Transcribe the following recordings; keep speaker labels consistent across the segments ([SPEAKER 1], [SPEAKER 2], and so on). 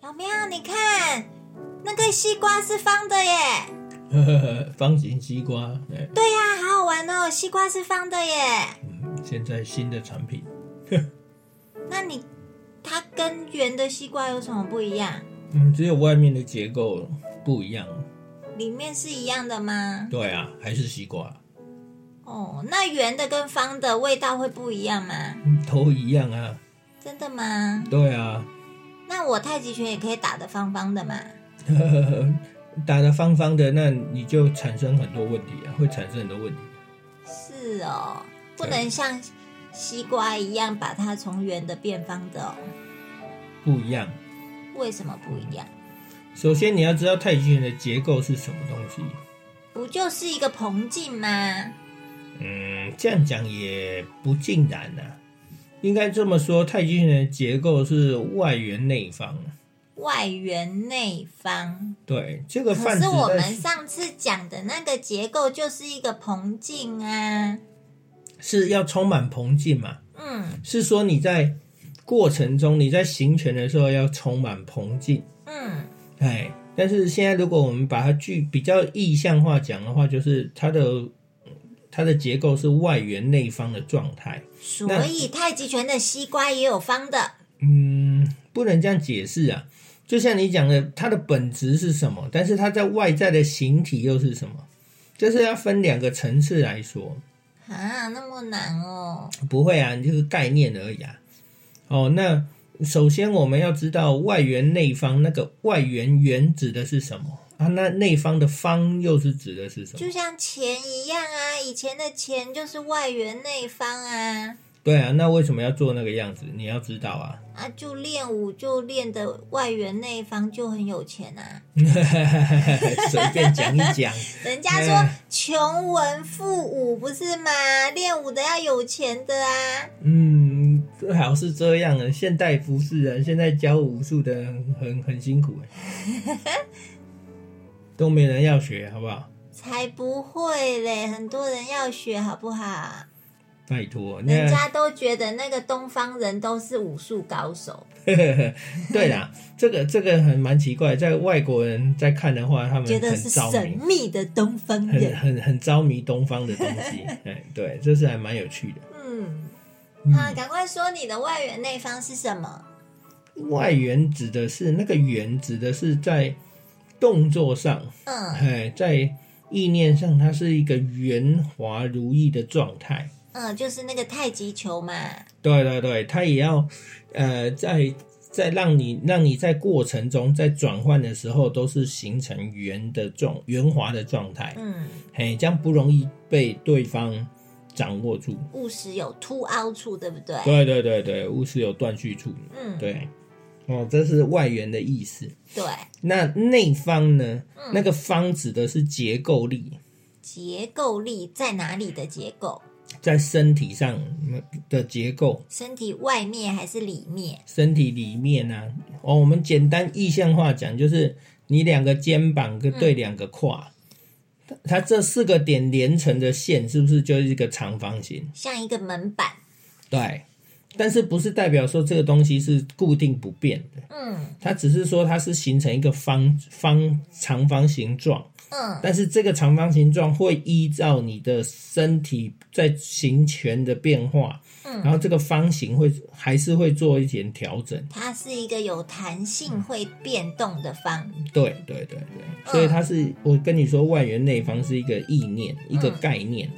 [SPEAKER 1] 老喵，你看那个西瓜是方的耶！
[SPEAKER 2] 方形西瓜，哎、
[SPEAKER 1] 对呀、好好玩哦，西瓜是方的耶。
[SPEAKER 2] 嗯，现在新的产品，
[SPEAKER 1] 那你它跟圆的西瓜有什么不一样？
[SPEAKER 2] 嗯，只有外面的结构不一样。
[SPEAKER 1] 里面是一样的吗？
[SPEAKER 2] 对啊，还是西瓜，
[SPEAKER 1] 哦，那圆的跟方的味道会不一样吗？
[SPEAKER 2] 嗯都一样啊。
[SPEAKER 1] 真的吗？
[SPEAKER 2] 对啊，
[SPEAKER 1] 那我太极拳也可以打得方方的嘛？
[SPEAKER 2] 打的方方的，那你就产生很多问题啊，会产生很多问题。
[SPEAKER 1] 是哦，不
[SPEAKER 2] 对
[SPEAKER 1] 能像西瓜一样把它从圆的变方的哦。
[SPEAKER 2] 不一样。
[SPEAKER 1] 为什么不一样？
[SPEAKER 2] 首先你要知道太极拳的结构是什么东西。
[SPEAKER 1] 不就是一个膨颈吗？
[SPEAKER 2] 嗯，这样讲也不尽然啊，应该这么说，太极拳的结构是外圆内方啊。
[SPEAKER 1] 外圆内方。
[SPEAKER 2] 对，这个
[SPEAKER 1] 可
[SPEAKER 2] 泛指
[SPEAKER 1] 是我
[SPEAKER 2] 在
[SPEAKER 1] 们上次讲的那个结构就是一个膨颈啊。
[SPEAKER 2] 是要充满膨劲嘛？
[SPEAKER 1] 嗯
[SPEAKER 2] 是说你在过程中，你在行拳的时候要充满膨劲，
[SPEAKER 1] 嗯，
[SPEAKER 2] 哎，但是现在如果我们把它具比较意象化讲的话，就是它的它的结构是外圆内方的状态，
[SPEAKER 1] 所以太极拳的西瓜也有方的。
[SPEAKER 2] 嗯，不能这样解释啊。就像你讲的，它的本质是什么，但是它在外在的形体又是什么，这是要分两个层次来说。
[SPEAKER 1] 啊，那么难哦！
[SPEAKER 2] 不会啊，你就是概念而已啊。哦，那首先我们要知道外圆内方，那个外圆圆指的是什么啊？那内方的方又是指的是什么？
[SPEAKER 1] 就像钱一样啊，以前的钱就是外圆内方啊，
[SPEAKER 2] 对啊，那为什么要做那个样子？你要知道啊。
[SPEAKER 1] 啊，就练武就练的外圆内方就很有钱啊。
[SPEAKER 2] 随便讲一讲，
[SPEAKER 1] 人家说
[SPEAKER 2] 哎
[SPEAKER 1] 穷文富武不是吗？练武的要有钱的啊。
[SPEAKER 2] 嗯，最好是这样啊。现代不是啊，现在教武术的很很很辛苦 欸都没人要学，好不好？
[SPEAKER 1] 才不会嘞，很多人要学，好不好？
[SPEAKER 2] 拜托，那
[SPEAKER 1] 人家都觉得那个东方人都是武术高手，
[SPEAKER 2] 对啦，这个这个很蛮奇怪，在外国人在看的话，他们
[SPEAKER 1] 觉
[SPEAKER 2] 很
[SPEAKER 1] 得是
[SPEAKER 2] 着
[SPEAKER 1] 神
[SPEAKER 2] 迷，
[SPEAKER 1] 秘的东方
[SPEAKER 2] 很
[SPEAKER 1] 人。
[SPEAKER 2] 很很着迷东方的东 西。哎，对，这是还蛮有趣的。
[SPEAKER 1] 嗯，啊，赶快说你的外圆内方是什么？
[SPEAKER 2] 外圆指的是那个圆，指的是在动作上，
[SPEAKER 1] 嗯
[SPEAKER 2] 哎，在意念上，它是一个圆滑如意的状态。
[SPEAKER 1] 嗯，就是那个太极球嘛。
[SPEAKER 2] 对对对，它也要呃，在在让你让你在过程中，在转换的时候，都是形成圆的状圆滑的状态。
[SPEAKER 1] 嗯，
[SPEAKER 2] 嘿，这样不容易被对方掌握住。
[SPEAKER 1] 务实有凸凹处，对不对？
[SPEAKER 2] 对对对对，物是有断续处。
[SPEAKER 1] 嗯，
[SPEAKER 2] 对，哦，这是外缘的意思。
[SPEAKER 1] 对，
[SPEAKER 2] 那内方呢？那个方指的是结构力，
[SPEAKER 1] 结构力在哪里的结构？
[SPEAKER 2] 在身体上嗯的结构，
[SPEAKER 1] 身体外面还是里面？
[SPEAKER 2] 身体里面啊。哦，我们简单意象化讲，就是你两个肩膀跟对两个胯，它它这四个点连成的线，是不是就是一个长方形？
[SPEAKER 1] 像一个门板。
[SPEAKER 2] 对，但是不是代表说这个东西是固定不变的？
[SPEAKER 1] 嗯
[SPEAKER 2] 它只是说它是形成一个方方长方形状，
[SPEAKER 1] 嗯
[SPEAKER 2] 但是这个长方形状会依照你的身体在形权的变化，
[SPEAKER 1] 嗯
[SPEAKER 2] 然后这个方形会还是会做一点调整。
[SPEAKER 1] 它是一个有弹性、会变动的方。
[SPEAKER 2] 对对对对，所以它是我跟你说外圆内方是一个意念，一个概念。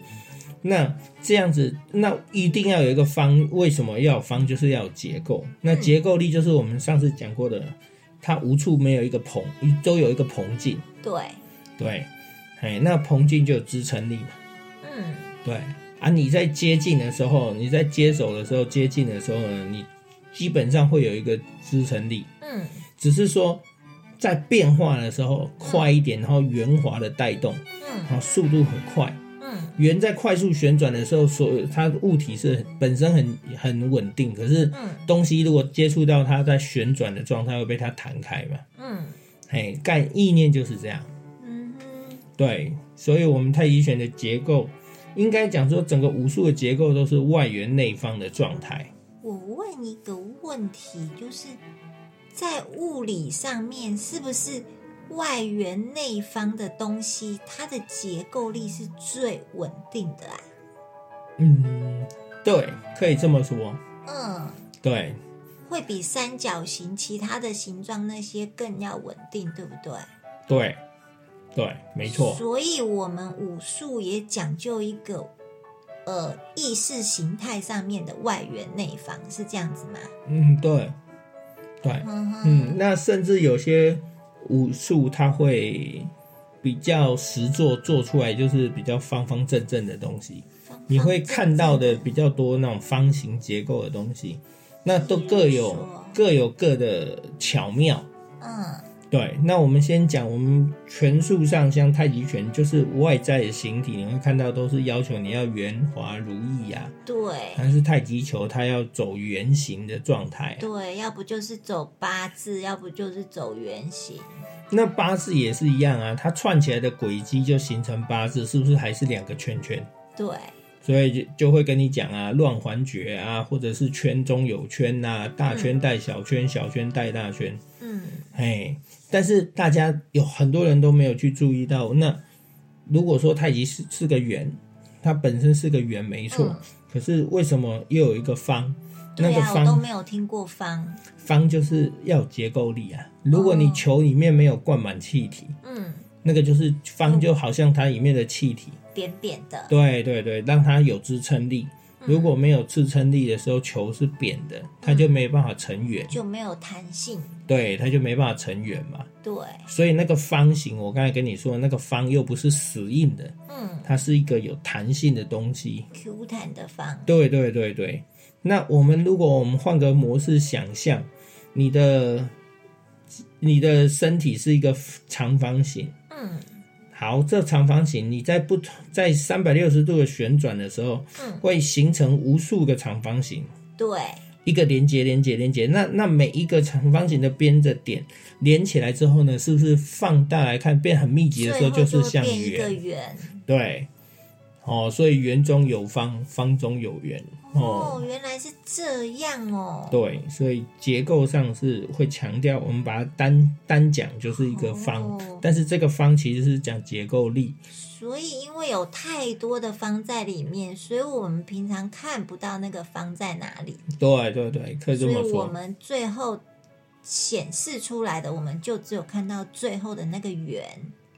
[SPEAKER 2] 那这样子，那一定要有一个方。为什么要有方？就是要有结构。那结构力就是我们上次讲过的它无处没有一个膨，都有一个膨径，
[SPEAKER 1] 对，
[SPEAKER 2] 对，哎，那膨径就有支撑力嘛，
[SPEAKER 1] 嗯，
[SPEAKER 2] 对啊，你在接近的时候，你在接手的时候，接近的时候呢，你基本上会有一个支撑力，
[SPEAKER 1] 嗯，
[SPEAKER 2] 只是说在变化的时候快一点，然后圆滑的带动，
[SPEAKER 1] 嗯，
[SPEAKER 2] 然后速度很快。
[SPEAKER 1] 嗯，
[SPEAKER 2] 圆在快速旋转的时候，所它物体是很本身很很稳定，可是
[SPEAKER 1] 嗯，
[SPEAKER 2] 东西如果接触到它在旋转的状态，会被它弹开嘛？
[SPEAKER 1] 嗯，
[SPEAKER 2] 嘿，干意念就是这样。
[SPEAKER 1] 嗯哼，
[SPEAKER 2] 对，所以我们太极拳的结构，应该讲说整个武术的结构都是外圆内方的状态。
[SPEAKER 1] 我问一个问题，就是在物理上面，是不是外圆内方的东西，它的结构力是最稳定的啊？
[SPEAKER 2] 嗯，对，可以这么说。
[SPEAKER 1] 嗯，
[SPEAKER 2] 对，
[SPEAKER 1] 会比三角形其他的形状那些更要稳定，对不对？
[SPEAKER 2] 对，对，没错。
[SPEAKER 1] 所以我们武术也讲究一个呃意识形态上面的外圆内方，是这样子吗？
[SPEAKER 2] 嗯，对，对，
[SPEAKER 1] 嗯哼，
[SPEAKER 2] 嗯，那甚至有些武术它会比较实做做出来，就是比较方方正正的东西。
[SPEAKER 1] 方
[SPEAKER 2] 你会看到的比较多那种方形结构的东西，那都各
[SPEAKER 1] 比如
[SPEAKER 2] 有
[SPEAKER 1] 说啊
[SPEAKER 2] 各有各的巧妙。
[SPEAKER 1] 嗯
[SPEAKER 2] 对，那我们先讲，我们拳术上像太极拳，就是外在的形体，你会看到都是要求你要圆滑如意呀、
[SPEAKER 1] 对
[SPEAKER 2] 但是太极球它要走圆形的状态、啊，
[SPEAKER 1] 对，要不就是走八字，要不就是走圆形。
[SPEAKER 2] 那八字也是一样啊，它串起来的轨迹就形成八字，是不是还是两个圈圈？
[SPEAKER 1] 对，
[SPEAKER 2] 所以就就会跟你讲啊，乱环诀啊，或者是圈中有圈呐、大圈带小圈，小圈带大圈，
[SPEAKER 1] 嗯
[SPEAKER 2] 嘿。但是大家有很多人都没有去注意到，那如果说太极是是个圆，它本身是个圆没错，
[SPEAKER 1] 嗯
[SPEAKER 2] 可是为什么又有一个方？那
[SPEAKER 1] 对
[SPEAKER 2] 个
[SPEAKER 1] 啊，我都
[SPEAKER 2] 方
[SPEAKER 1] 没有听过方。
[SPEAKER 2] 方就是要有结构力啊。如果你
[SPEAKER 1] 哦
[SPEAKER 2] 球里面没有灌满气体，
[SPEAKER 1] 嗯，
[SPEAKER 2] 那个就是方，就好像它里面的气体。
[SPEAKER 1] 扁扁的。
[SPEAKER 2] 对对对，让它有支撑力。如果没有支撑力的时候，球是扁的，它就没办法成圆，
[SPEAKER 1] 就没有弹性，
[SPEAKER 2] 对，它就没办法成圆嘛。
[SPEAKER 1] 对，
[SPEAKER 2] 所以那个方形，我刚才跟你说，那个方又不是死硬的，
[SPEAKER 1] 嗯
[SPEAKER 2] 它是一个有弹性的东西。
[SPEAKER 1] ，Q 弹的方，
[SPEAKER 2] 对对对对，那我们如果我们换个模式想象，你的你的身体是一个长方形，
[SPEAKER 1] 嗯
[SPEAKER 2] 好，这长方形你在不同在三百六十度的旋转的时候，
[SPEAKER 1] 嗯
[SPEAKER 2] 会形成无数个长方形，
[SPEAKER 1] 对，
[SPEAKER 2] 一个连接连接连接。那那每一个长方形的边的点连起来之后呢，是不是放大来看变很密集的时
[SPEAKER 1] 最
[SPEAKER 2] 候
[SPEAKER 1] 后
[SPEAKER 2] 是
[SPEAKER 1] 会
[SPEAKER 2] 像
[SPEAKER 1] 变一个
[SPEAKER 2] 圆？
[SPEAKER 1] 圆。
[SPEAKER 2] 对，哦，所以圆中有方，方中有圆。
[SPEAKER 1] 哦
[SPEAKER 2] 哦，，
[SPEAKER 1] 原来是这样哦。
[SPEAKER 2] 对，所以结构上是会强调，我们把它单单讲就是一个方，
[SPEAKER 1] 哦
[SPEAKER 2] 但是这个方其实是讲结构力。
[SPEAKER 1] 所以因为有太多的方在里面，所以我们平常看不到那个方在哪里，
[SPEAKER 2] 对对对，可以这
[SPEAKER 1] 所
[SPEAKER 2] 么
[SPEAKER 1] 以我
[SPEAKER 2] 说。
[SPEAKER 1] 们最后显示出来的，我们就只有看到最后的那个圆。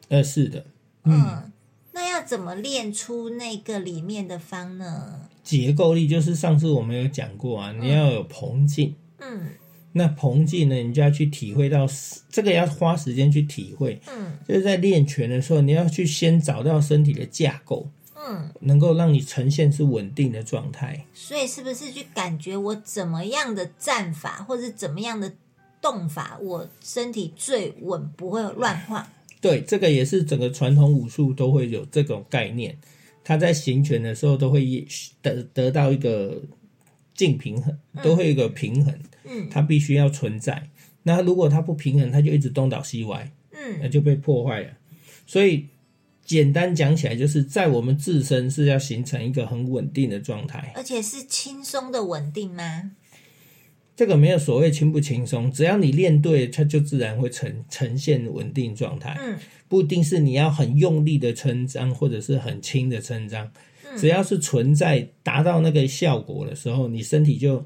[SPEAKER 2] 呃，是的，嗯，
[SPEAKER 1] 嗯，那要怎么练出那个里面的方呢？
[SPEAKER 2] 结构力就是上次我们有讲过啊，你要有膨劲。
[SPEAKER 1] 嗯
[SPEAKER 2] 那膨劲呢，你就要去体会到，这个要花时间去体会。
[SPEAKER 1] 嗯
[SPEAKER 2] 就是在练拳的时候，你要去先找到身体的架构，
[SPEAKER 1] 嗯，
[SPEAKER 2] 能够让你呈现是稳定的状态。
[SPEAKER 1] 所以是不是去感觉我怎么样的站法，或者怎么样的动法，我身体最稳，不会乱晃？
[SPEAKER 2] 对，这个也是整个传统武术都会有这种概念。他在行拳的时候都会得得到一个净平衡，都会有一个平衡，
[SPEAKER 1] 嗯
[SPEAKER 2] 它必须要存在。那如果它不平衡，它就一直东倒西歪。那
[SPEAKER 1] 嗯
[SPEAKER 2] 就被破坏了。所以简单讲起来，就是在我们自身是要形成一个很稳定的状态。
[SPEAKER 1] 而且是轻松的稳定吗？
[SPEAKER 2] 这个没有所谓轻不轻松，只要你练对，它就自然会呈呈现稳定状态。
[SPEAKER 1] 嗯
[SPEAKER 2] 不一定是你要很用力的撑张，或者是很轻的撑张，只要是存在达到那个效果的时候，你身体就。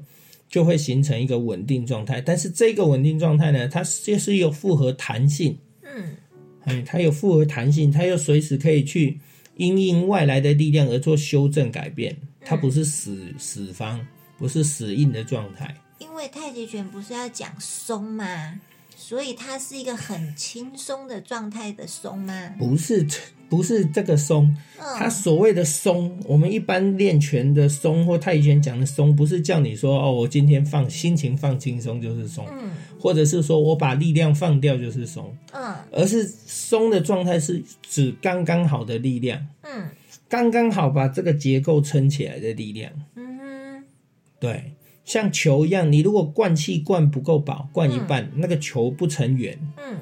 [SPEAKER 2] 就会形成一个稳定状态，但是这个稳定状态呢，它就是有复合弹性，
[SPEAKER 1] 嗯
[SPEAKER 2] 哎，它有复合弹性，它又随时可以去因应外来的力量而做修正改变，
[SPEAKER 1] 嗯
[SPEAKER 2] 它不是死死方，不是死硬的状态。
[SPEAKER 1] 因为太极拳不是要讲松吗？所以它是一个很轻松的状态的松吗？
[SPEAKER 2] 不是不是这个松，它
[SPEAKER 1] 嗯，
[SPEAKER 2] 所谓的松，我们一般练拳的松或太极拳讲的松，不是叫你说哦，我今天放心情放轻松就是松，
[SPEAKER 1] 嗯
[SPEAKER 2] 或者是说我把力量放掉就是松，
[SPEAKER 1] 嗯
[SPEAKER 2] 而是松的状态是指刚刚好的力量，
[SPEAKER 1] 嗯
[SPEAKER 2] 刚刚好把这个结构撑起来的力量。
[SPEAKER 1] 嗯哼
[SPEAKER 2] 对，像球一样，你如果灌气灌不够饱，灌一半，那个球不成圆
[SPEAKER 1] 嗯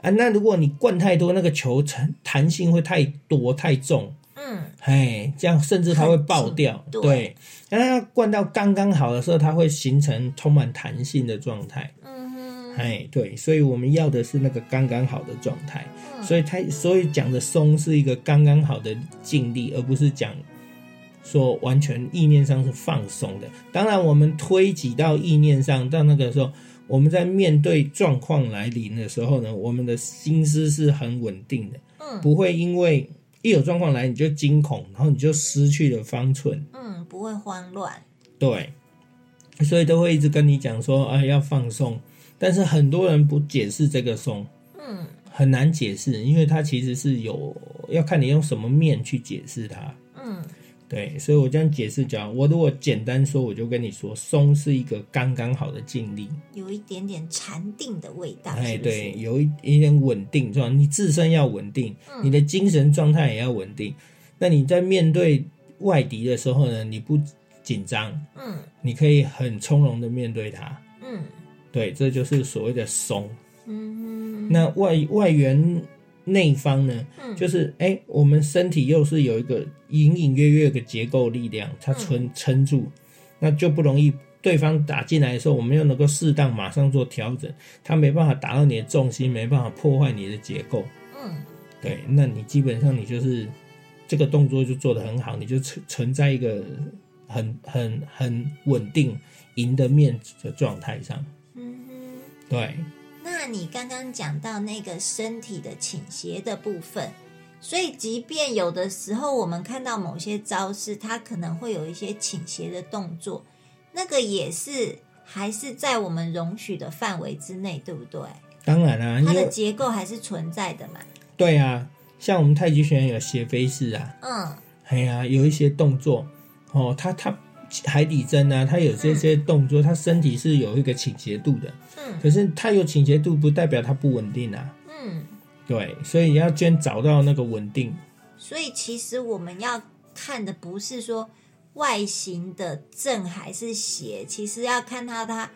[SPEAKER 2] 啊。那如果你灌太多，那个球弹弹性会太多太重，
[SPEAKER 1] 嗯
[SPEAKER 2] 哎，这样甚至它会爆掉。
[SPEAKER 1] 很紧
[SPEAKER 2] 对，那要灌到刚刚好的时候，它会形成充满弹性的状态。
[SPEAKER 1] 嗯哼
[SPEAKER 2] 哎，对，所以我们要的是那个刚刚好的状态。
[SPEAKER 1] 嗯
[SPEAKER 2] 所以它所以讲的松是一个刚刚好的尽力，而不是讲说完全意念上是放松的。当然，我们推挤到意念上，到那个时候，我们在面对状况来临的时候呢，我们的心思是很稳定的，
[SPEAKER 1] 嗯
[SPEAKER 2] 不会因为一有状况来你就惊恐，然后你就失去了方寸。
[SPEAKER 1] 嗯，不会慌乱。
[SPEAKER 2] 对，所以都会一直跟你讲说啊，要放松。但是很多人不解释这个松，
[SPEAKER 1] 嗯
[SPEAKER 2] 很难解释，因为它其实是有要看你用什么面去解释它。
[SPEAKER 1] 嗯
[SPEAKER 2] 对，所以我这样解释讲，我如果简单说，我就跟你说，松是一个刚刚好的静力，
[SPEAKER 1] 有一点点禅定的味道，
[SPEAKER 2] 哎，
[SPEAKER 1] 是不
[SPEAKER 2] 对，
[SPEAKER 1] 是？
[SPEAKER 2] 有一一点稳定状态，你自身要稳定，你的精神状态也要稳定。那你在面对外敌的时候呢，你不紧张，
[SPEAKER 1] 嗯
[SPEAKER 2] 你可以很从容的面对它。
[SPEAKER 1] 嗯
[SPEAKER 2] 对，这就是所谓的松。
[SPEAKER 1] 嗯
[SPEAKER 2] 那外外圆内方呢，
[SPEAKER 1] 嗯
[SPEAKER 2] 就是哎、我们身体又是有一个隐隐约约有个结构力量，它撑撑住，那就不容易对方打进来的时候，我们又能够适当马上做调整，它没办法打到你的重心，没办法破坏你的结构。
[SPEAKER 1] 嗯
[SPEAKER 2] 对，那你基本上你就是这个动作就做得很好，你就存存在一个很很很稳定赢的面的状态上。
[SPEAKER 1] 嗯哼。
[SPEAKER 2] 对，
[SPEAKER 1] 那你刚刚讲到那个身体的倾斜的部分，所以即便有的时候我们看到某些招式，它可能会有一些倾斜的动作，那个也是还是在我们容许的范围之内，对不对？
[SPEAKER 2] 当然啦、
[SPEAKER 1] 它
[SPEAKER 2] 哎因
[SPEAKER 1] 的
[SPEAKER 2] 为
[SPEAKER 1] 结构还是存在的嘛。
[SPEAKER 2] 对啊，像我们太极拳有斜飞式啊，
[SPEAKER 1] 嗯
[SPEAKER 2] 哎呀，有一些动作哦，他他海底针啊，他有这些动作，他身体是有一个倾斜度的，
[SPEAKER 1] 嗯
[SPEAKER 2] 可是他有倾斜度不代表他不稳定啊，
[SPEAKER 1] 嗯，
[SPEAKER 2] 对，所以要先找到那个稳定，
[SPEAKER 1] 所以其实我们要看的不是说外形的正还是邪，其实要看到它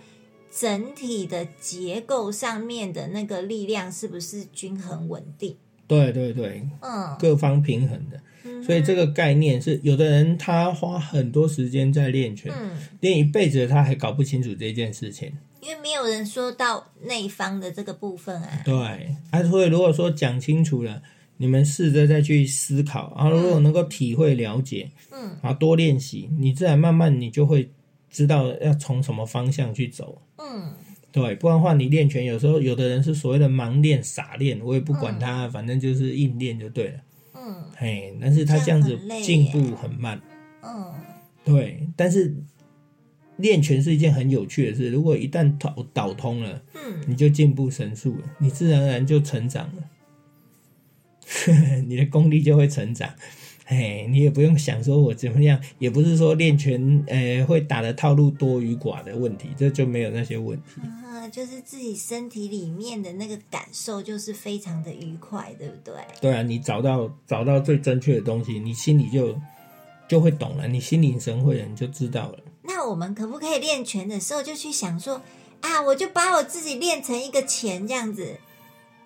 [SPEAKER 1] 整体的结构上面的那个力量是不是均衡稳定。
[SPEAKER 2] 对对对，
[SPEAKER 1] 嗯，
[SPEAKER 2] 各方平衡的，所以这个概念是有的人他花很多时间在练拳，
[SPEAKER 1] 嗯，
[SPEAKER 2] 练一辈子他还搞不清楚这件事情，
[SPEAKER 1] 因为没有人说到内方的这个部分啊。
[SPEAKER 2] 对，啊，所以如果说讲清楚了。你们试着再去思考，然后如果能够体会了解，
[SPEAKER 1] 嗯
[SPEAKER 2] 然后多练习，你自然慢慢你就会知道要从什么方向去走。
[SPEAKER 1] 嗯
[SPEAKER 2] 对，不然的话，你练拳有时候有的人是所谓的盲练、傻练，我也不管他，反正就是硬练就对了。
[SPEAKER 1] 嗯
[SPEAKER 2] 嘿，但是他这样
[SPEAKER 1] 这
[SPEAKER 2] 子
[SPEAKER 1] 样很累耶
[SPEAKER 2] 进步很慢。
[SPEAKER 1] 嗯
[SPEAKER 2] 对，但是练拳是一件很有趣的事，如果一旦导导通了，
[SPEAKER 1] 嗯，
[SPEAKER 2] 你就进步神速了，你自然而然就成长了， 你的功力就会成长。哎，你也不用想说我怎么样，也不是说练拳呃会打的套路多与寡的问题，这就没有那些问题。
[SPEAKER 1] 啊，就是自己身体里面的那个感受，就是非常的愉快，对不对？
[SPEAKER 2] 对啊，你找到找到最正确的东西，你心里就就会懂了，你心领神会了，你就知道了。
[SPEAKER 1] 那我们可不可以练拳的时候就去想说啊，我就把我自己练成一个拳这样子，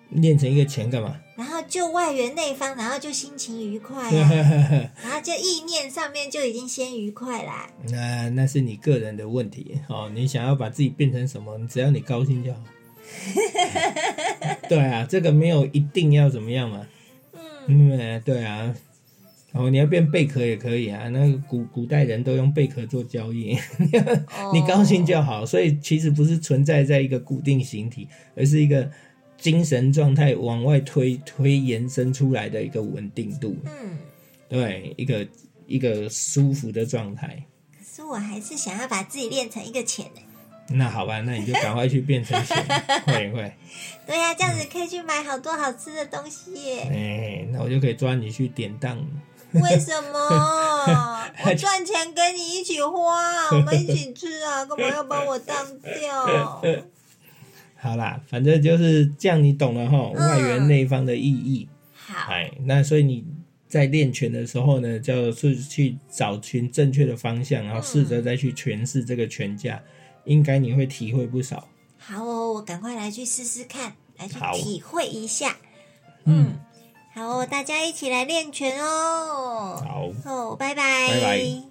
[SPEAKER 2] 练成一个拳干嘛？
[SPEAKER 1] 然后就外圆内方，然后就心情愉快啊，
[SPEAKER 2] 那
[SPEAKER 1] 然后就意念上面就已经先愉快 啦。
[SPEAKER 2] 那是你个人的问题哦，你想要把自己变成什么，只要你高兴就好。 对啊，这个没有一定要怎么样嘛。嗯，对啊。哦，你要变贝壳也可以啊。那个古古代人都用贝壳做交易，
[SPEAKER 1] 哦
[SPEAKER 2] 你高兴就好。所以其实不是存在在一个固定形体，而是一个精神状态往外推推延伸出来的一个稳定度，
[SPEAKER 1] 嗯，
[SPEAKER 2] 对，一个一个舒服的状态。
[SPEAKER 1] 可是我还是想要把自己练成一个拳呢、
[SPEAKER 2] 那好吧，那你就赶快去变成钱，会会。
[SPEAKER 1] 对呀、这样子可以去买好多好吃的东西耶。
[SPEAKER 2] 哎，那我就可以抓你去典当。
[SPEAKER 1] 为什 么？我赚钱跟你一起花，我们一起吃啊，干嘛要把我当掉？
[SPEAKER 2] 好啦，反正就是这样，你懂了哈。外圆内方的意义。
[SPEAKER 1] 好，
[SPEAKER 2] 哎，那所以你在练拳的时候呢，就是去找寻正确的方向，然后试着再去诠释这个拳架，应该你会体会不少。
[SPEAKER 1] 好哦，我赶快来去试试看，来去
[SPEAKER 2] 好
[SPEAKER 1] 体会一下。
[SPEAKER 2] 嗯，
[SPEAKER 1] 好哦，大家一起来练拳哦。
[SPEAKER 2] 好。
[SPEAKER 1] 哦，拜
[SPEAKER 2] 拜拜